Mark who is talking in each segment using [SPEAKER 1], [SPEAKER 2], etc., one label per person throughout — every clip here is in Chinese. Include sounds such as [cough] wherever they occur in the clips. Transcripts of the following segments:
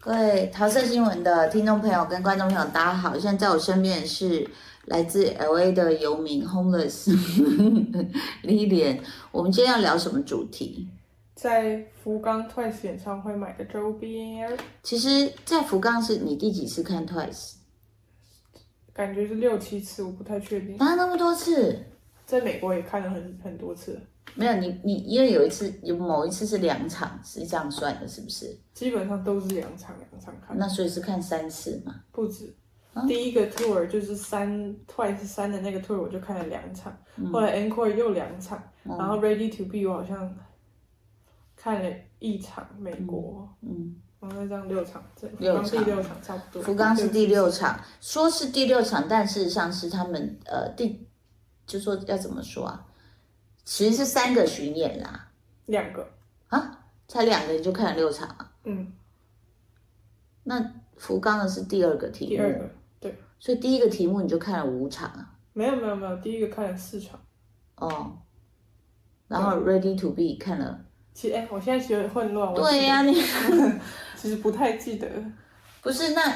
[SPEAKER 1] 各位桃色新闻的听众朋友跟观众朋友，大家好！现在在我身边的是来自 LA 的游民 Homeless [laughs] 李莲。我们今天要聊什么主题？
[SPEAKER 2] 在福冈 Twice 演唱会买的周边，
[SPEAKER 1] 其实，在福冈是你第几次看 Twice？
[SPEAKER 2] 感觉是六七次，我不太确定。
[SPEAKER 1] 哪有那么多次？
[SPEAKER 2] 在美国也看了很很多次，
[SPEAKER 1] 没有你，你因为有一次有某一次是两场，是这样算的，是不是？
[SPEAKER 2] 基本上都是两场两场看，
[SPEAKER 1] 那所以是看三次嘛？
[SPEAKER 2] 不止
[SPEAKER 1] 啊。
[SPEAKER 2] 第一个 tour 就是三 Twice 三的那个 tour，我就看了两场，
[SPEAKER 1] 嗯
[SPEAKER 2] 后来 Encore 又两场，
[SPEAKER 1] 哦
[SPEAKER 2] 然后 Ready to Be 我好像看了一场美国，
[SPEAKER 1] 嗯，
[SPEAKER 2] 然后再这样六场，这福
[SPEAKER 1] 六
[SPEAKER 2] 冈第
[SPEAKER 1] 场
[SPEAKER 2] 六场差不多。
[SPEAKER 1] 福冈是第六
[SPEAKER 2] 六场，
[SPEAKER 1] 场，说是第六场，但事实上是他们呃第，就说要怎么说啊？其实是三个巡演啦，
[SPEAKER 2] 两个，
[SPEAKER 1] 啊，才两个人就看了六场啊。
[SPEAKER 2] 嗯，
[SPEAKER 1] 那福冈的是第二个题
[SPEAKER 2] 第二
[SPEAKER 1] 目，
[SPEAKER 2] 个对，
[SPEAKER 1] 所以第一个题目你就看了五场啊。
[SPEAKER 2] 没有没有没有，第一个看了四场。
[SPEAKER 1] 哦，然后 Ready to Be 看了，
[SPEAKER 2] 其实，哎、我现在其实有点混乱。我
[SPEAKER 1] 对呀、
[SPEAKER 2] 其实
[SPEAKER 1] 你
[SPEAKER 2] 其实不太记得。
[SPEAKER 1] 不是那，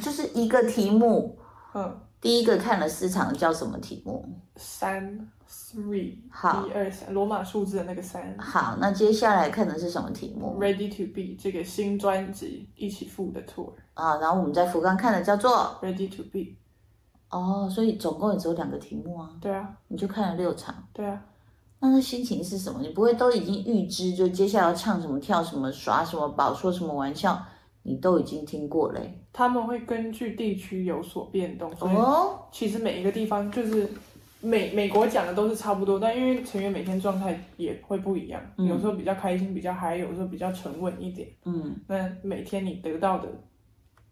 [SPEAKER 1] 就是一个题目，
[SPEAKER 2] 嗯，
[SPEAKER 1] 第一个看了四场叫什么题目？
[SPEAKER 2] 三 three，
[SPEAKER 1] 好
[SPEAKER 2] 一二三，罗马数字的那个三。
[SPEAKER 1] 好，那接下来看的是什么题目？
[SPEAKER 2] Ready to be 这个新专辑一起付的 tour。
[SPEAKER 1] 啊，然后我们在福冈看的叫做
[SPEAKER 2] Ready to be，
[SPEAKER 1] 哦，所以总共也只有两个题目啊，
[SPEAKER 2] 对啊，
[SPEAKER 1] 你就看了六场，
[SPEAKER 2] 对啊，
[SPEAKER 1] 那那心情是什么？你不会都已经预知，就接下来要唱什么、跳什么、耍什么宝、说什么玩笑，你都已经听过嘞、
[SPEAKER 2] 他们会根据地区有所变动，所以
[SPEAKER 1] 哦，
[SPEAKER 2] 其实每一个地方就是美美国讲的都是差不多，但因为成员每天状态也会不一样，
[SPEAKER 1] 嗯
[SPEAKER 2] 有时候比较开心，比较嗨，有时候比较沉稳一点。
[SPEAKER 1] 嗯
[SPEAKER 2] 那每天你得到的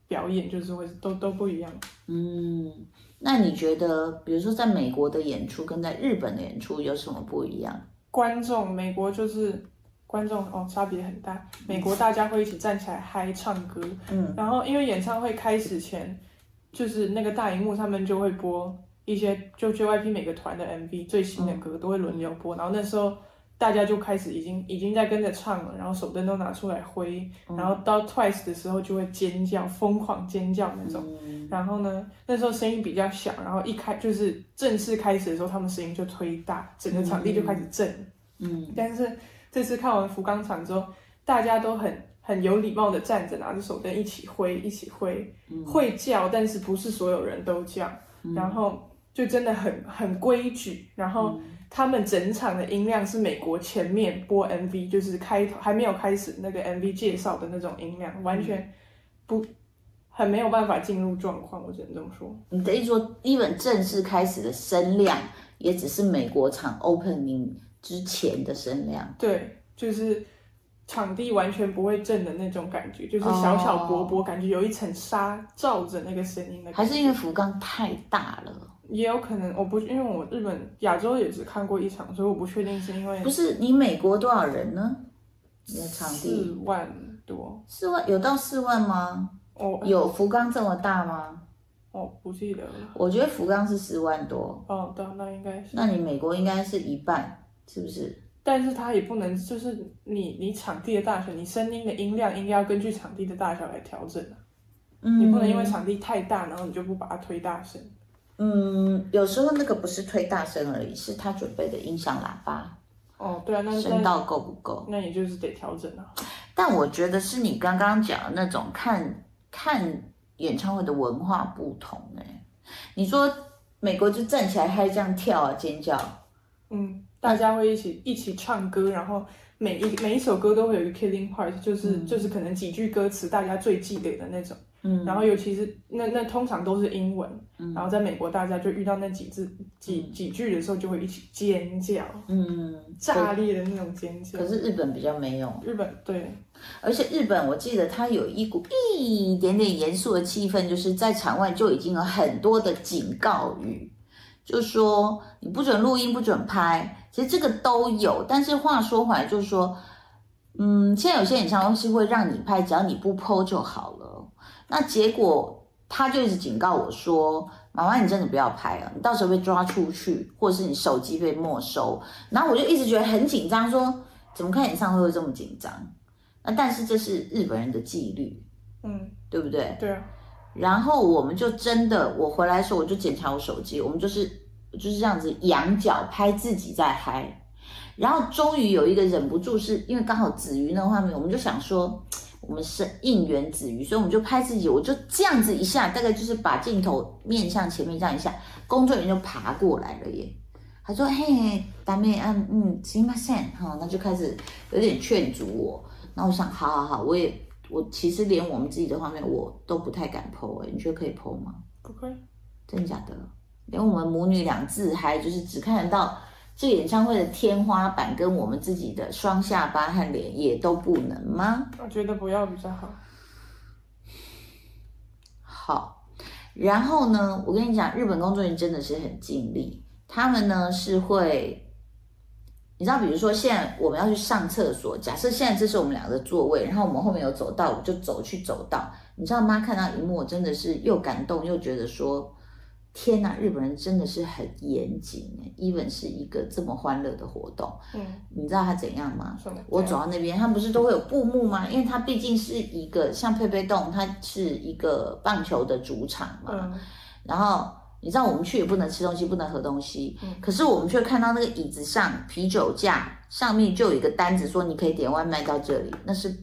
[SPEAKER 2] 表演就是会都都不一样。
[SPEAKER 1] 嗯，那你觉得，比如说在美国的演出跟在日本的演出有什么不一样？
[SPEAKER 2] 观众，美国就是观众哦，差别很大。美国大家会一起站起来嗨唱歌，
[SPEAKER 1] 嗯，
[SPEAKER 2] 然后因为演唱会开始前，就是那个大荧幕上面就会播一些就 JYP 每个团的 MV 最新的歌都会轮流播，然后那时候。大家就开始已经已经在跟着唱了，然后手灯都拿出来挥，然后到 Twice 的时候就会尖叫，疯狂尖叫那种。然后呢，那时候声音比较小，然后一开就是正式开始的时候，他们声音就推大，整个场地就开始震。
[SPEAKER 1] 嗯
[SPEAKER 2] 但是这次看完福冈场之后，大家都很很有礼貌的站着，拿着手灯一起挥，一起挥，会叫，但是不是所有人都叫，然后就真的很很规矩。然后他们整场的音量是美国前面播 MV，就是开头还没有开始那个 MV 介绍的那种音量，完全不很没有办法进入状况，我只能这么说。
[SPEAKER 1] 你的意思说，日本正式开始的声量也只是美国场 opening 之前的声量。
[SPEAKER 2] 对，就是场地完全不会震的那种感觉，就是小小薄薄，感觉有一层纱罩着那个声音的
[SPEAKER 1] 哦还
[SPEAKER 2] 感觉。
[SPEAKER 1] 是因为福冈太大了，
[SPEAKER 2] 也有可能，我不因为我日本亚洲也只看过一场，所以我不确定是因为
[SPEAKER 1] 不是你美国多少人呢？你的场地
[SPEAKER 2] 四万多，
[SPEAKER 1] 四万有到四万吗？
[SPEAKER 2] 我
[SPEAKER 1] 有福冈这么大吗？
[SPEAKER 2] 我不记得了。
[SPEAKER 1] 我觉得福冈是十万多，
[SPEAKER 2] 哦，对，那应该是，
[SPEAKER 1] 那你美国应该是一半，是不是？
[SPEAKER 2] 但是它也不能，就是你你场地的大小，你声音的音量应该要根据场地的大小来调整啊、
[SPEAKER 1] 嗯
[SPEAKER 2] 你不能因为场地太大，然后你就不把它推大声。
[SPEAKER 1] 嗯，有时候那个不是推大声而已，是他准备的音响喇叭
[SPEAKER 2] 哦，对啊，那
[SPEAKER 1] 声
[SPEAKER 2] 那
[SPEAKER 1] 道够不够？
[SPEAKER 2] 那也就是得调整啊。
[SPEAKER 1] 但我觉得是你刚刚讲的那种看看演唱会的文化不同哎、你说美国就站起来嗨这样跳啊尖叫，
[SPEAKER 2] 嗯，大家会一起一起唱歌，然后每一每一首歌都会有一个 killing part，就是、就是可能几句歌词大家最记得的那种。
[SPEAKER 1] 嗯，
[SPEAKER 2] 然后尤其是那那通常都是英文，然后在美国大家就遇到那几字几几句的时候，就会一起尖叫，
[SPEAKER 1] 嗯，
[SPEAKER 2] 炸裂的那种尖叫
[SPEAKER 1] 可。是日本比较没有，
[SPEAKER 2] 日本对，
[SPEAKER 1] 而且日本我记得它有一股一点点严肃的气氛，就是在场外就已经有很多的警告语，就说你不准录音，不准拍，其实这个都有。但是话说回来，就是说，嗯，现在有些演唱会是会让你拍，只要你不 PO 就好了。那结果他就一直警告我说：“妈妈，你真的不要拍了，你到时候被抓出去，或者是你手机被没收。”然后我就一直觉得很紧张，说怎么看演唱会会这么紧张？那但是这是日本人的纪律，
[SPEAKER 2] 嗯，
[SPEAKER 1] 对不对？
[SPEAKER 2] 对啊，
[SPEAKER 1] 然后我们就真的，我回来的时候我就检查我手机，我们就是就是这样子仰角拍自己在嗨，然后终于有一个忍不住是，因为刚好子瑜那个画面，我们就想说。我们是应援子瑜，所以我们就拍自己，我就这样子一下，大概就是把镜头面向前面这样一下，工作人员就爬过来了耶。他说：“嘿嘿，达妹，嗯嗯，行吧，sen，好，那就开始有点劝阻我。然后我想，好好好，我也我其实连我们自己的画面我都不太敢 PO，、欸、你觉得可以 PO 吗？
[SPEAKER 2] 不会，
[SPEAKER 1] 真的假的？连我们母女俩自嗨，就是只看得到这个演唱会的天花板跟我们自己的双下巴和脸，也都不能吗？
[SPEAKER 2] 我觉得不要比较好。
[SPEAKER 1] 好，然后呢，我跟你讲，日本工作人员真的是很尽力，他们呢是会，你知道，比如说现在我们要去上厕所，假设现在这是我们两个的座位，然后我们后面有走道，我们就走去走道，你知道吗？看到一幕，我真的是又感动又觉得说，天哪，日本人真的是很严谨，even 欸是一个这么欢乐的活动，
[SPEAKER 2] 嗯，
[SPEAKER 1] 你知道他怎样吗？
[SPEAKER 2] 什么？啊
[SPEAKER 1] 我走
[SPEAKER 2] 怎样
[SPEAKER 1] 到那边，它不是都会有布幕吗？因为它毕竟是一个像佩佩洞，它是一个棒球的主场嘛。
[SPEAKER 2] 嗯
[SPEAKER 1] 然后你知道我们去也不能吃东西，不能喝东西，
[SPEAKER 2] 嗯
[SPEAKER 1] 可是我们却看到那个椅子上啤酒架上面就有一个单子说你可以点外卖到这里，那是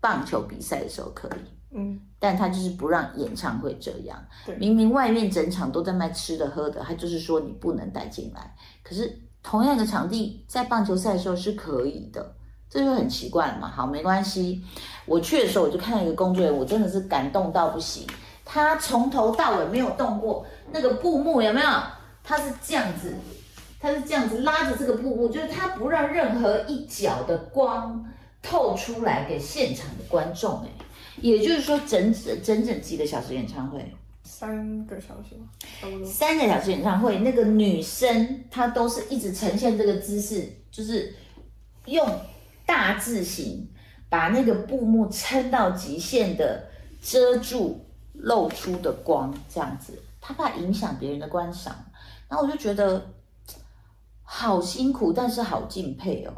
[SPEAKER 1] 棒球比赛的时候可以。
[SPEAKER 2] 嗯，
[SPEAKER 1] 但他就是不让演唱会这样
[SPEAKER 2] 对。
[SPEAKER 1] 明明外面整场都在卖吃的喝的，他就是说你不能带进来。可是同样的场地在棒球赛的时候是可以的，这就很奇怪了嘛。好，没关系。我去的时候我就看到一个工作人员，我真的是感动到不行。他从头到尾没有动过那个布幕，有没有？他是这样子，他是这样子拉着这个布幕，就是他不让任何一角的光透出来给现场的观众、哎。也就是说整整整整几个小时演唱会，
[SPEAKER 2] 三个小时差不多。
[SPEAKER 1] 三个小时演唱会，那个女生她都是一直呈现这个姿势，就是用大字形把那个布幕撑到极限的遮住露出的光，这样子，她怕影响别人的观赏。然后我就觉得好辛苦，但是好敬佩哦。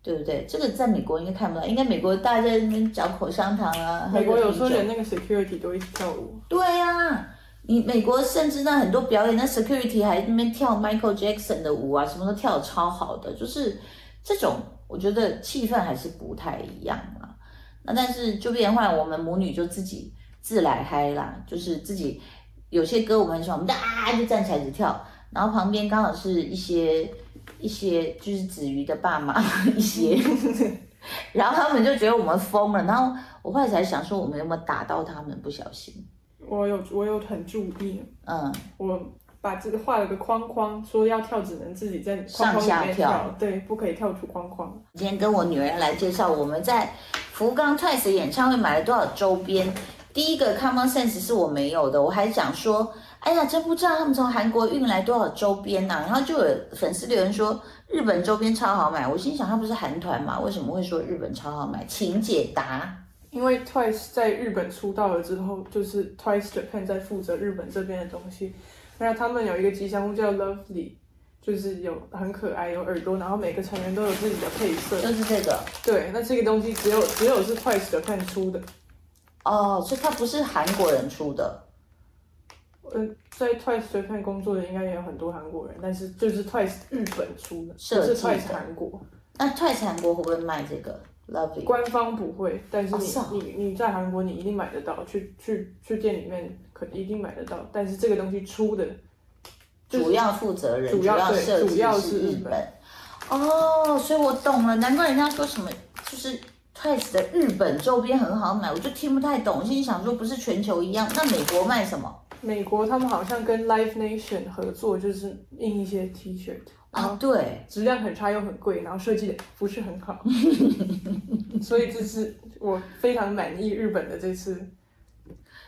[SPEAKER 1] 对不对？这个在美国应该看不到，应该美国大家在那边嚼口香糖啊，喝
[SPEAKER 2] 美国
[SPEAKER 1] 着
[SPEAKER 2] 有
[SPEAKER 1] 啤
[SPEAKER 2] 时候
[SPEAKER 1] 酒
[SPEAKER 2] 连那个 security 都一起跳舞，
[SPEAKER 1] 对啊，你美国甚至那很多表演，那 security 还在那边跳 Michael Jackson 的舞啊，什么都跳得超好的，就是这种，我觉得气氛还是不太一样啦。那但是就变换我们母女就自己自来嗨啦，就是自己有些歌我们很喜欢，我们就啊就站起来一直跳，然后旁边刚好是一些一些就是子瑜的爸妈 [laughs] 一些。然后他们就觉得我们疯了，然后我后来才想说，我们有没有打到他们？不小心，
[SPEAKER 2] 我有我有很注意，
[SPEAKER 1] 嗯，
[SPEAKER 2] 我把这个画了个框框，说要跳只能自己在框
[SPEAKER 1] 上
[SPEAKER 2] 框
[SPEAKER 1] 下
[SPEAKER 2] 里面
[SPEAKER 1] 跳
[SPEAKER 2] 对，不可以跳出框框。
[SPEAKER 1] 今天跟我女儿来介绍我们在福冈 Twice 的演唱会买了多少周边。第一个 Common Sense 是我没有的，我还想说，哎呀，真不知道他们从韩国运来多少周边呐、然后就有粉丝留言说，日本周边超好买。我心想，他不是韩团嘛，为什么会说日本超好买？请解答。
[SPEAKER 2] 因为 Twice 在日本出道了之后，就是 Twice Japan 在负责日本这边的东西。那他们有一个吉祥物叫 Lovely，就是有很可爱，有耳朵，然后每个成员都有自己的配色。
[SPEAKER 1] 就是这个
[SPEAKER 2] 对，那这个东西只有只有是 Twice Japan 出的。
[SPEAKER 1] 哦，所以它不是韩国人出的，
[SPEAKER 2] 嗯，在 Twice Japan 工作的应该也有很多韩国人，但是就是 Twice 日本出的，
[SPEAKER 1] 设
[SPEAKER 2] 不
[SPEAKER 1] 计的
[SPEAKER 2] 是 Twice 韩国。
[SPEAKER 1] 那 Twice 韩国会不会卖这个？Lovely。
[SPEAKER 2] 官方不会，但是
[SPEAKER 1] 哦
[SPEAKER 2] 你、
[SPEAKER 1] 是啊
[SPEAKER 2] 你你在韩国你一定买得到，去去去店里面可一定买得到。但是这个东西出的，就是
[SPEAKER 1] 主要负责人、主
[SPEAKER 2] 主要
[SPEAKER 1] 要
[SPEAKER 2] 对
[SPEAKER 1] 设
[SPEAKER 2] 主
[SPEAKER 1] 计
[SPEAKER 2] 要
[SPEAKER 1] 是
[SPEAKER 2] 是
[SPEAKER 1] 日
[SPEAKER 2] 日
[SPEAKER 1] 本。哦，所以我懂了，难怪人家说什么就是 Twice 的日本周边很好买，我就听不太懂。我心里想说，不是全球一样，那美国卖什么？
[SPEAKER 2] 美国他们好像跟 Live Nation 合作，就是印一些 T 恤，
[SPEAKER 1] 啊
[SPEAKER 2] 然后，
[SPEAKER 1] 对，
[SPEAKER 2] 质量很差又很贵，然后设计的不是
[SPEAKER 1] [laughs]
[SPEAKER 2] 很好，所以这是我非常满意日本的这次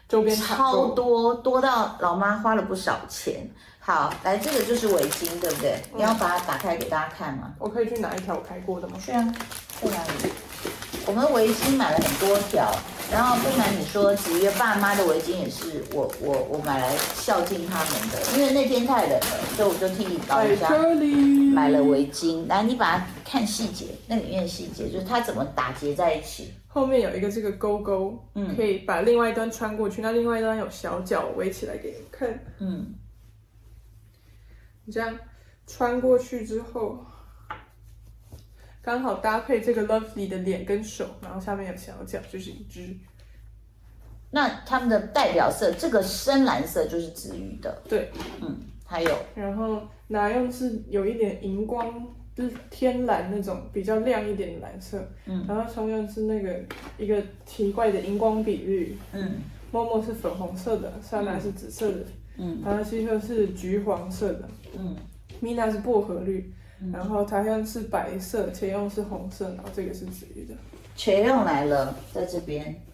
[SPEAKER 2] 周边采
[SPEAKER 1] 超
[SPEAKER 2] 购。
[SPEAKER 1] 多多到老妈花了不少钱。好，来这个就是围巾，对不
[SPEAKER 2] 嗯
[SPEAKER 1] 对？你要把它打开给大家看吗？
[SPEAKER 2] 我可以去拿一条我开过的吗？
[SPEAKER 1] 是啊，在哪里？我们围巾买了很多条，然后不瞒你说，子瑜爸妈的围巾也是我我我买来孝敬他们的，因为那天太冷了，所以我就替老人家
[SPEAKER 2] 在这里
[SPEAKER 1] 买了围巾。来，你把它看细节，那里面的细节就是它怎么打结在一起。
[SPEAKER 2] 后面有一个这个勾勾，
[SPEAKER 1] 嗯
[SPEAKER 2] 可以把另外一端穿过去，那另外一端有小角围起来给你们看。
[SPEAKER 1] 嗯，
[SPEAKER 2] 你这样穿过去之后，刚好搭配这个 lovely 的脸跟手，然后下面有小脚，就是一只。
[SPEAKER 1] 那他们的代表色，这个深蓝色就是子瑜的，
[SPEAKER 2] 对，
[SPEAKER 1] 嗯，还有
[SPEAKER 2] 然后哪用是有一点荧光，就是天蓝那种比较亮一点的蓝色。
[SPEAKER 1] 嗯，
[SPEAKER 2] 然后重用是那个一个奇怪的荧光比率。
[SPEAKER 1] 嗯
[SPEAKER 2] 默默是粉红色的，莎娜是紫色的，
[SPEAKER 1] 嗯
[SPEAKER 2] 然后西秀是橘黄色的，
[SPEAKER 1] 嗯
[SPEAKER 2] 米娜是薄荷绿，
[SPEAKER 1] 嗯
[SPEAKER 2] 然后塔香是白色，前用是红色，然后这个是紫绿的。
[SPEAKER 1] 全用来了，在这边。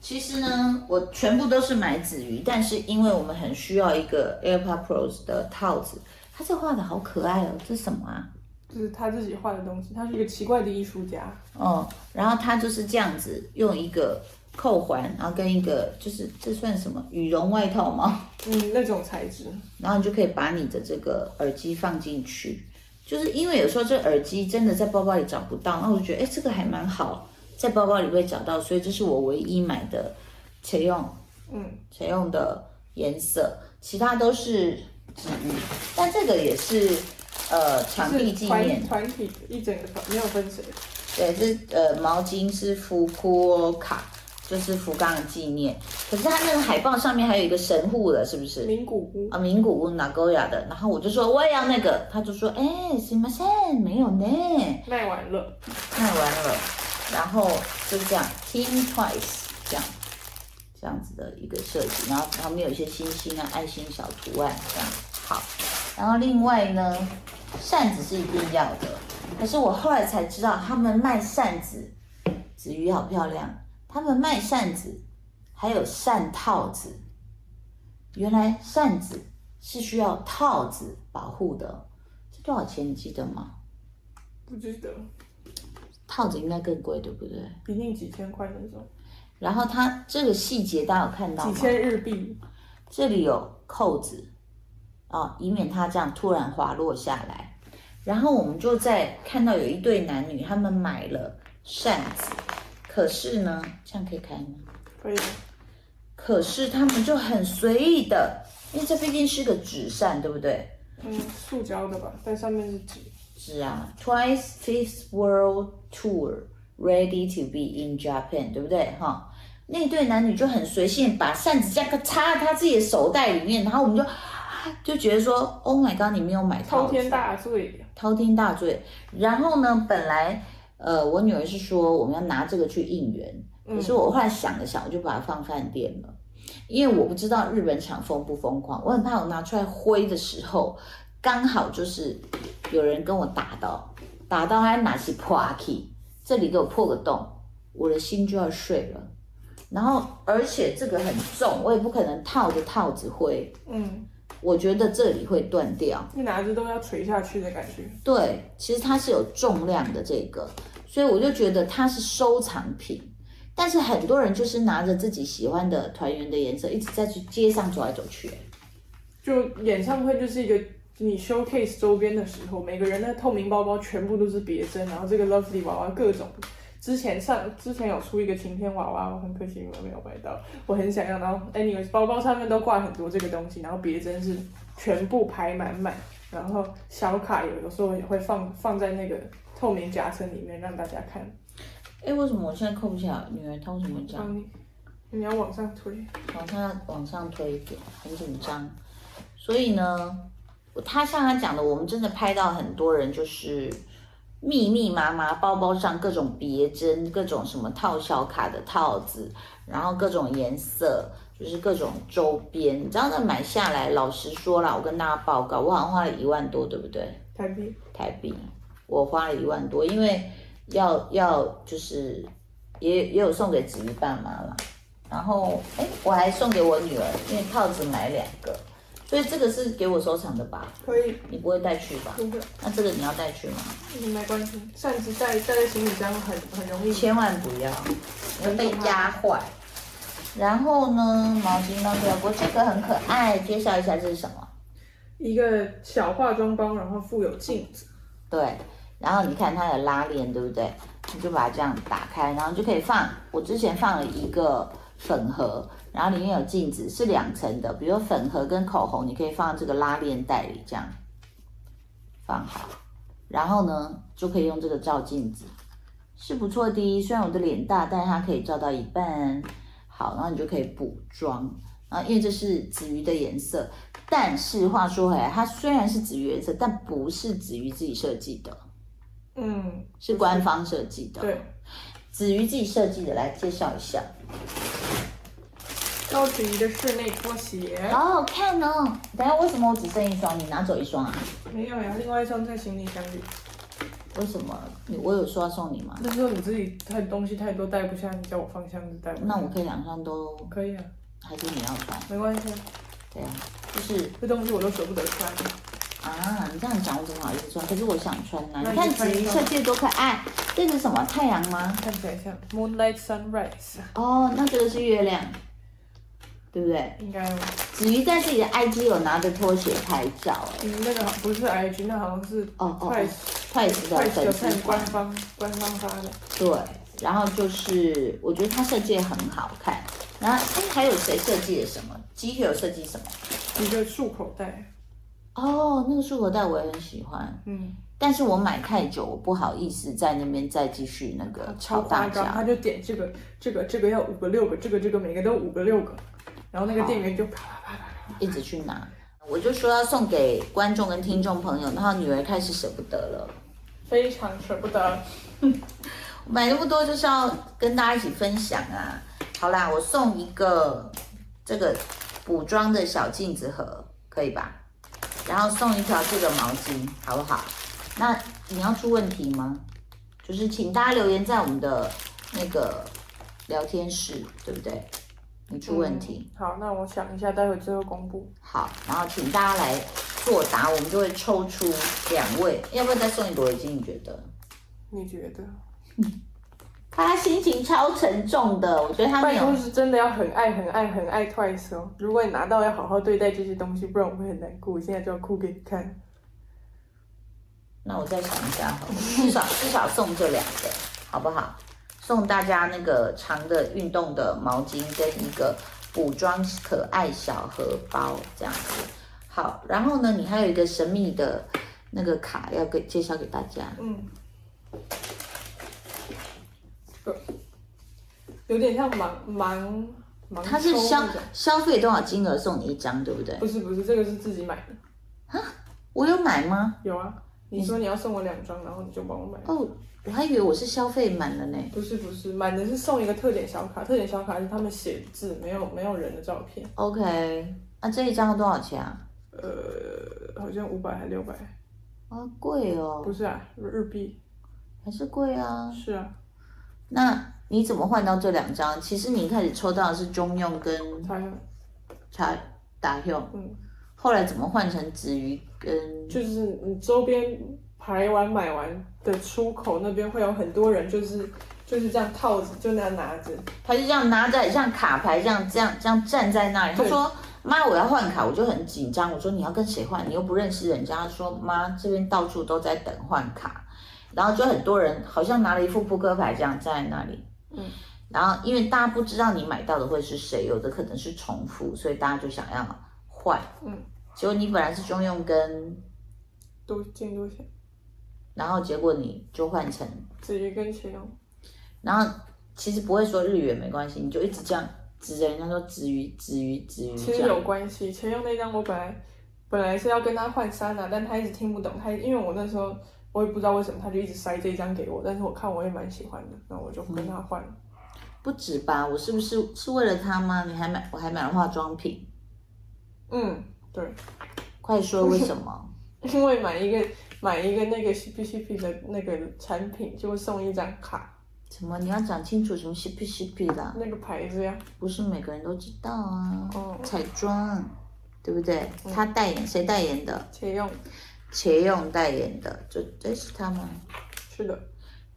[SPEAKER 1] 其实呢，我全部都是买子瑜，但是因为我们很需要一个 AirPod Pro 的套子，它这画的好可爱哦，这是什么啊？
[SPEAKER 2] 就是他自己画的东西，他是一个奇怪的艺术家。
[SPEAKER 1] 哦，然后它就是这样子，用一个扣环，然后跟一个就是这算什么羽绒外套吗？ [laughs]
[SPEAKER 2] 嗯，那种材质，
[SPEAKER 1] 然后你就可以把你的这个耳机放进去，就是因为有时候这耳机真的在包包里找不到，那我就觉得哎这个还蛮好，在包包里会找到，所以这是我唯一买的谁用
[SPEAKER 2] 嗯，
[SPEAKER 1] 谁用的颜色，其他都是纸鱼，但这个也是呃场地
[SPEAKER 2] 是
[SPEAKER 1] 纪念
[SPEAKER 2] 团。团体的一整个团，没有分谁。
[SPEAKER 1] 对，是呃毛巾是福库卡，就是福冈的纪念。可是它那个海报上面还有一个神户的，是不是？
[SPEAKER 2] 名古屋
[SPEAKER 1] 啊，名古屋 Nagoya 的。然后我就说我也要那个，他就说哎，什么事没有呢，
[SPEAKER 2] 卖完了，
[SPEAKER 1] 卖完了。然后就是这样，Team Twice 这样。这样子的一个设计，然后旁边有一些星星啊、爱心小图案这样。好，然后另外呢，扇子是一定要的，可是我后来才知道他们卖扇子，子瑜好漂亮，他们卖扇子，还有扇套子。原来扇子是需要套子保护的，这多少钱你记得吗？
[SPEAKER 2] 不值得，
[SPEAKER 1] 套子应该更贵，对不对？
[SPEAKER 2] 一定几千块那种，
[SPEAKER 1] 然后它这个细节大家有看到吗？
[SPEAKER 2] 几千日币。
[SPEAKER 1] 这里有扣子啊、以免它这样突然滑落下来。然后我们就在看到有一对男女，他们买了扇子，可是呢，这样可以开吗？
[SPEAKER 2] 可以，
[SPEAKER 1] 可是他们就很随意的，因为这毕竟是个纸扇，对不对？
[SPEAKER 2] 嗯，塑胶的吧，但上面是纸。
[SPEAKER 1] 是啊，Twice Fifth World Tour Ready to be in Japan，对不对？哈，那对男女就很随性，把扇子这样插他自己的手袋里面，然后我们就啊就觉得说，Oh my god，你没有买套
[SPEAKER 2] 滔
[SPEAKER 1] 子啊
[SPEAKER 2] 天大罪，
[SPEAKER 1] 滔天大罪。然后呢，本来呃，我女儿是说我们要拿这个去应援，可是我后来想了想，我就把它放饭店了，因为我不知道日本厂疯不疯狂，我很怕我拿出来挥的时候，刚好就是有人跟我打到，打到还拿起破去，这里给我破个洞，我的心就要碎了。然后，而且这个很重，我也不可能套着套子挥，
[SPEAKER 2] 嗯，
[SPEAKER 1] 我觉得这里会断掉。
[SPEAKER 2] 一拿着都要垂下去的感觉。
[SPEAKER 1] 对，其实它是有重量的这个，所以我就觉得它是收藏品。但是很多人就是拿着自己喜欢的团员的颜色，一直在去街上走来走去。
[SPEAKER 2] 就演唱会就是一个你 showcase 周边的时候，每个人的透明包包全部都是别针，然后这个 lovely 娃娃各种。之前上之前有出一个晴天娃娃，我很可惜我没有买到，我很想要。然后 anyways 包包上面都挂很多这个东西，然后别针是全部排满满，然后小卡有的时候也会放放在那个透明夹层里面让大家看。
[SPEAKER 1] 哎，为什么我现在扣不起来？女儿她为什么会这样？
[SPEAKER 2] 帮你，你要往上推，
[SPEAKER 1] 往上往上推一点，很紧张。所以呢，我他像他讲的，我们真的拍到很多人就是密密麻麻，包包上各种别针，各种什么套小卡的套子，然后各种颜色，就是各种周边。你知道那买下来，老实说啦，我跟大家报告，我好像花了一万多，对不对？
[SPEAKER 2] 台币。
[SPEAKER 1] 台币，我花了一万多，因为要要就是也也有送给子瑜爸妈啦，然后哎我还送给我女儿，因为套子买两个，所以这个是给我收藏的吧？
[SPEAKER 2] 可以，
[SPEAKER 1] 你不会带去吧？
[SPEAKER 2] 真的。
[SPEAKER 1] 那这个你要带去吗？
[SPEAKER 2] 嗯，没关系，扇子带带在行李箱很很容易。
[SPEAKER 1] 千万不要，会被压坏。然后呢，毛巾刚才过，这个很可爱，介绍一下这是什么？
[SPEAKER 2] 一个小化妆包，然后附有镜子，
[SPEAKER 1] 对，然后你看它有拉链，对不对？你就把它这样打开，然后就可以放。我之前放了一个粉盒，然后里面有镜子，是两层的。比如粉盒跟口红，你可以放这个拉链袋里，这样放好。然后呢，就可以用这个照镜子，是不错的。虽然我的脸大，但是它可以照到一半。好，然后你就可以补妆。啊，因为这是紫鱼的颜色，但是话说回来，它虽然是紫鱼颜色，但不是紫鱼自己设计的，
[SPEAKER 2] 嗯，
[SPEAKER 1] 是官方设计的。
[SPEAKER 2] 对，
[SPEAKER 1] 子瑜自己设计的，来介绍一下，
[SPEAKER 2] 高子怡的室内拖鞋，哎
[SPEAKER 1] 好好看哦。等一下为什么我只剩一双？你拿走一双啊？
[SPEAKER 2] 没有呀，另外一双在行李箱里。
[SPEAKER 1] 为什么？你我有说要送你吗？
[SPEAKER 2] 那时候你自己太东西太多带不下，你叫我放箱子带不下。
[SPEAKER 1] 那我可以两双都，
[SPEAKER 2] 可以啊，
[SPEAKER 1] 还是你要穿？
[SPEAKER 2] 没关系啊，
[SPEAKER 1] 对啊，就是
[SPEAKER 2] 这东西我都舍不得穿。
[SPEAKER 1] 啊，你这样讲我怎么好意思穿？可是我想穿呐、你
[SPEAKER 2] 那你
[SPEAKER 1] 看
[SPEAKER 2] 就
[SPEAKER 1] 子
[SPEAKER 2] 穿一
[SPEAKER 1] 瑜
[SPEAKER 2] 双
[SPEAKER 1] 设计的多可爱，这是什么太阳吗？
[SPEAKER 2] 看起来像 Moonlight Sunrise，
[SPEAKER 1] 哦，那这个是月亮，对不对？
[SPEAKER 2] 应该哦。
[SPEAKER 1] 子瑜在自己的 IG 有拿着拖鞋拍照、哎，
[SPEAKER 2] 嗯，那个好不是 IG，那好像是
[SPEAKER 1] 哦哦
[SPEAKER 2] 快
[SPEAKER 1] ，Twice 的
[SPEAKER 2] 快
[SPEAKER 1] 粉
[SPEAKER 2] 手
[SPEAKER 1] 丝
[SPEAKER 2] 看
[SPEAKER 1] 团
[SPEAKER 2] 官。方官方发的。
[SPEAKER 1] 对，然后就是我觉得它设计得很好看。然后哎，还有谁设计的什么？机器有设计什么？
[SPEAKER 2] 一个束口袋，
[SPEAKER 1] 哦，那个束口袋我也很喜欢，
[SPEAKER 2] 嗯，
[SPEAKER 1] 但是我买太久，我不好意思在那边再继续那个吵
[SPEAKER 2] 超
[SPEAKER 1] 大
[SPEAKER 2] 夸张，他
[SPEAKER 1] 家。
[SPEAKER 2] 就点这个这个这个要五个六个，这个这个每个都五个六个，然后那个店员就啪啪啪啪，
[SPEAKER 1] 一直去拿。我就说要送给观众跟听众朋友，然后女儿开始舍不得了。
[SPEAKER 2] 非常舍不得。
[SPEAKER 1] 买那么多就是要跟大家一起分享啊。好啦，我送一个这个补妆的小镜子盒，可以吧？然后送一条这个毛巾，好不好？那你要出问题吗？就是请大家留言在我们的那个聊天室，对不对？你出问题，
[SPEAKER 2] 嗯好，那我想一下，待会最后公布。
[SPEAKER 1] 好，然后请大家来作答，我们就会抽出两位，要不要再送一个围巾？你觉得？
[SPEAKER 2] 你觉得？
[SPEAKER 1] 他心情超沉重的，我觉得他没
[SPEAKER 2] 拜
[SPEAKER 1] 有
[SPEAKER 2] 托，是真的要很爱、很爱、很爱 Twice 哦！如果你拿到，要好好对待这些东西，不然我会很难过。我现在就要哭给你看。
[SPEAKER 1] 那我再想一下好了，至少至少送这两个，好不好？送大家那个长的运动的毛巾跟一个补妆可爱小荷包这样子。好，然后呢，你还有一个神秘的那个卡要给介绍给大家，
[SPEAKER 2] 嗯，这个有点像盲盲盲
[SPEAKER 1] 它是
[SPEAKER 2] 抽
[SPEAKER 1] 消
[SPEAKER 2] 那种
[SPEAKER 1] 消费多少金额送你一张，对不对？
[SPEAKER 2] 不是不是，这个是自己买的。
[SPEAKER 1] 我有买吗？
[SPEAKER 2] 有啊，你说你要送我两张，然后你就帮我买。
[SPEAKER 1] 哦，我还以为我是消费满了呢。
[SPEAKER 2] 不是不是，买的是送一个特点小卡，特点小卡是他们写字，没有没有人的照片。
[SPEAKER 1] OK，那这一张要多少钱啊？
[SPEAKER 2] 呃，好像五百还六百，
[SPEAKER 1] 啊，贵哦
[SPEAKER 2] 不，是啊，日币
[SPEAKER 1] 还是贵啊。
[SPEAKER 2] 是啊，
[SPEAKER 1] 那你怎么换到这两张？其实你一开始抽到的是中用跟
[SPEAKER 2] 才
[SPEAKER 1] 查打用，
[SPEAKER 2] 嗯，
[SPEAKER 1] 后来怎么换成子瑜跟
[SPEAKER 2] 就是你周边排完买完的出口那边会有很多人，就是就是这样套着，就那样拿着。
[SPEAKER 1] 他就这样拿着像卡牌这样这样这样站在那里，他
[SPEAKER 2] 对
[SPEAKER 1] 说。妈，我要换卡，我就很紧张。我说你要跟谁换？你又不认识人家。他说妈，这边到处都在等换卡，然后就很多人好像拿了一副扑克牌这样站在那里。
[SPEAKER 2] 嗯，
[SPEAKER 1] 然后因为大家不知道你买到的会是谁，有的可能是重复，所以大家就想要换。
[SPEAKER 2] 嗯，
[SPEAKER 1] 结果你本来是中用跟
[SPEAKER 2] 多进多钱，
[SPEAKER 1] 然后结果你就换成，
[SPEAKER 2] 子瑜跟钱勇，
[SPEAKER 1] 然后其实不会说日语也没关系，你就一直这样指着人家说子瑜子瑜子瑜
[SPEAKER 2] 其
[SPEAKER 1] 这
[SPEAKER 2] 实有
[SPEAKER 1] 样。
[SPEAKER 2] 关系。钱勇那张我本来本来是要跟他换三的，但他一直听不懂，他因为我那时候我也不知道为什么，他就一直塞这一张给我，但是我看我也蛮喜欢的，那我就跟他换了。
[SPEAKER 1] 不止吧？我是不是是为了他吗？你还买我还买了化妆品，
[SPEAKER 2] 嗯，对。 [laughs]
[SPEAKER 1] 快说为什么？ [laughs]
[SPEAKER 2] 因为买一个买一个那个 C P C P 的那个产品，就会送一张卡，
[SPEAKER 1] 什么？你要讲清楚什么 CP CP 啦，
[SPEAKER 2] 那个牌子呀。
[SPEAKER 1] 不是每个人都知道啊。
[SPEAKER 2] 哦，
[SPEAKER 1] 彩妆，对不对？
[SPEAKER 2] 嗯
[SPEAKER 1] 他代言谁代言的？
[SPEAKER 2] 且用，
[SPEAKER 1] 茄用代言的，就这是他吗？
[SPEAKER 2] 是的，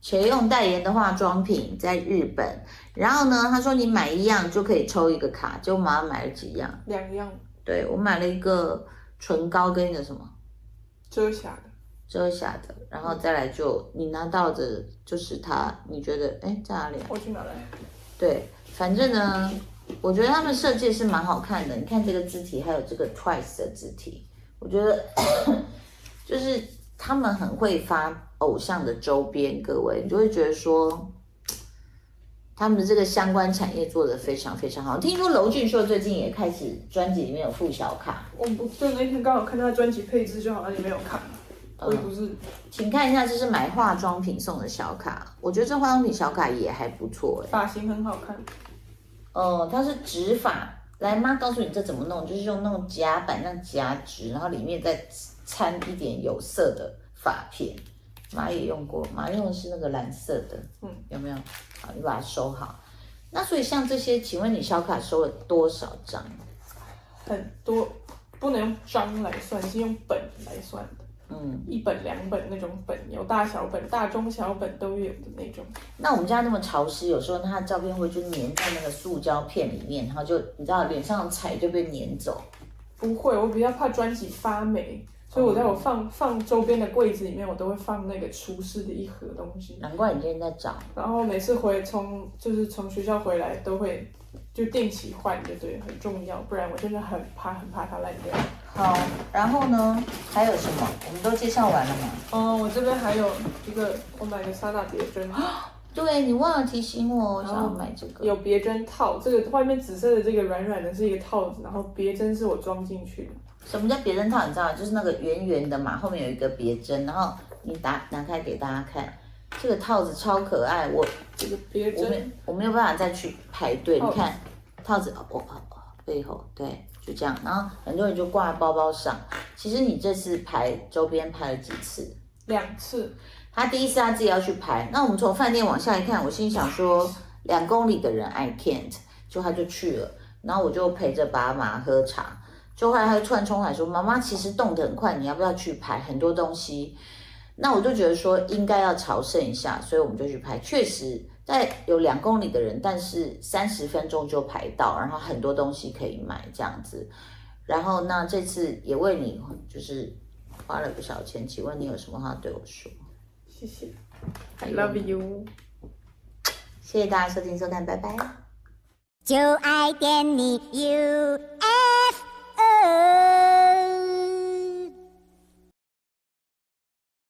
[SPEAKER 1] 谁用代言的化妆品在日本，然后呢，他说你买一样就可以抽一个卡，就马上买了几样。
[SPEAKER 2] 两样
[SPEAKER 1] 对我买了一个唇膏跟一个什么
[SPEAKER 2] 遮瑕的，
[SPEAKER 1] 最后下的，然后再来就你拿到的就是它，你觉得哎在哪里啊？
[SPEAKER 2] 我去哪来？
[SPEAKER 1] 对，反正呢，我觉得他们设计是蛮好看的。你看这个字体，还有这个 Twice 的字体，我觉得 [coughs] 就是他们很会发偶像的周边，各位你就会觉得说。他们的这个相关产业做得非常非常好。听说娄俊硕最近也开始专辑里面有附小卡，
[SPEAKER 2] 我不就那天刚好看他的专辑配置，就好像你没有看，我也不是
[SPEAKER 1] 请看一下，这是买化妆品送的小卡。我觉得这化妆品小卡也还不错哎、
[SPEAKER 2] 发型很好看，
[SPEAKER 1] 哦，它是直法。来，妈告诉你这怎么弄，就是用那种夹板让夹直，然后里面再掺一点有色的发片。妈也用过，妈用的是那个蓝色的，
[SPEAKER 2] 嗯，
[SPEAKER 1] 有没有？好，你把它收好。那所以像这些，请问你小卡收了多少张？
[SPEAKER 2] 很多不能用张来算，是用本来算的，
[SPEAKER 1] 嗯，
[SPEAKER 2] 一本两本那种本，有大小本、大中小本都有的那种。
[SPEAKER 1] 那我们家那么潮湿，有时候它的照片会就粘在那个塑胶片里面，然后就你知道脸上踩就被粘走。
[SPEAKER 2] 不会，我比较怕专辑发霉，所以我在我放放周边的柜子里面，我都会放那个厨师的一盒东西。
[SPEAKER 1] 难怪你今天在找。
[SPEAKER 2] 然后每次回从就是从学校回来都会就定期换，就对，很重要，不然我真的很怕很怕它烂掉。
[SPEAKER 1] 好，然后呢？还有什么？我们都介绍完了吗？
[SPEAKER 2] 哦，我这边还有一个，我买个莎娜别针， [gasps]
[SPEAKER 1] 对你忘了提醒我，我想要
[SPEAKER 2] 哦
[SPEAKER 1] 买这个。
[SPEAKER 2] 有别针套，这个外面紫色的这个软软的是一个套子，然后别针是我装进去的。
[SPEAKER 1] 什么叫别针套？你知道吗？就是那个圆圆的嘛，后面有一个别针，然后你打拿开给大家看。这个套子超可爱，我
[SPEAKER 2] 这个别
[SPEAKER 1] 我没
[SPEAKER 2] 针，哦
[SPEAKER 1] 我没有办法再去排队。你
[SPEAKER 2] 套子
[SPEAKER 1] 看，套子哦哦哦背后对，就这样。然后很多人就挂在包包上。其实你这次排周边排了几次？
[SPEAKER 2] 两次，
[SPEAKER 1] 他第一次他自己要去排，那我们从饭店往下一看，我心想说两公里的人 I can't，就他就去了，然后我就陪着爸妈喝茶，就后来他就突然冲来说，妈妈其实动得很快，你要不要去排很多东西？那我就觉得说应该要朝圣一下，所以我们就去排，确实。在有两公里的人，但是三十分钟就排到，然后很多东西可以买这样子。然后那这次也为你就是花了不少钱，请问你有什么话对我说？
[SPEAKER 2] 谢谢，I love you。
[SPEAKER 1] 谢谢大家收听收看，拜拜。
[SPEAKER 3] 就爱点你 U。F